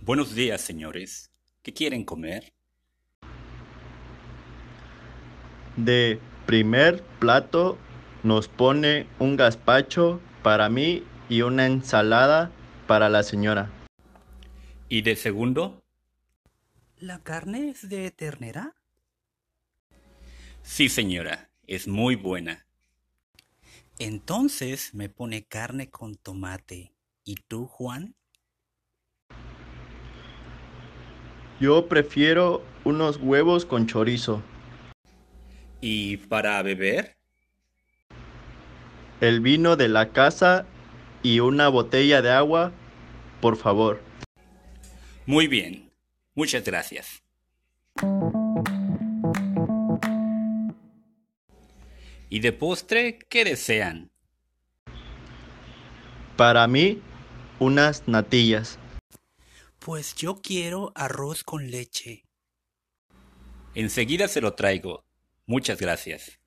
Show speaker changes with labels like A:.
A: Buenos días, señores. ¿Qué quieren comer?
B: De primer plato nos pone un gazpacho para mí y una ensalada para la señora.
A: ¿Y de segundo?
C: ¿La carne es de ternera?
A: Sí, señora, es muy buena.
C: Entonces me pone carne con tomate. ¿Y tú, Juan?
B: Yo prefiero unos huevos con chorizo.
A: ¿Y para beber?
B: El vino de la casa y una botella de agua, por favor.
A: Muy bien, muchas gracias. ¿Y de postre qué desean?
B: Para mí, unas natillas.
C: Pues yo quiero arroz con leche.
A: Enseguida se lo traigo. Muchas gracias.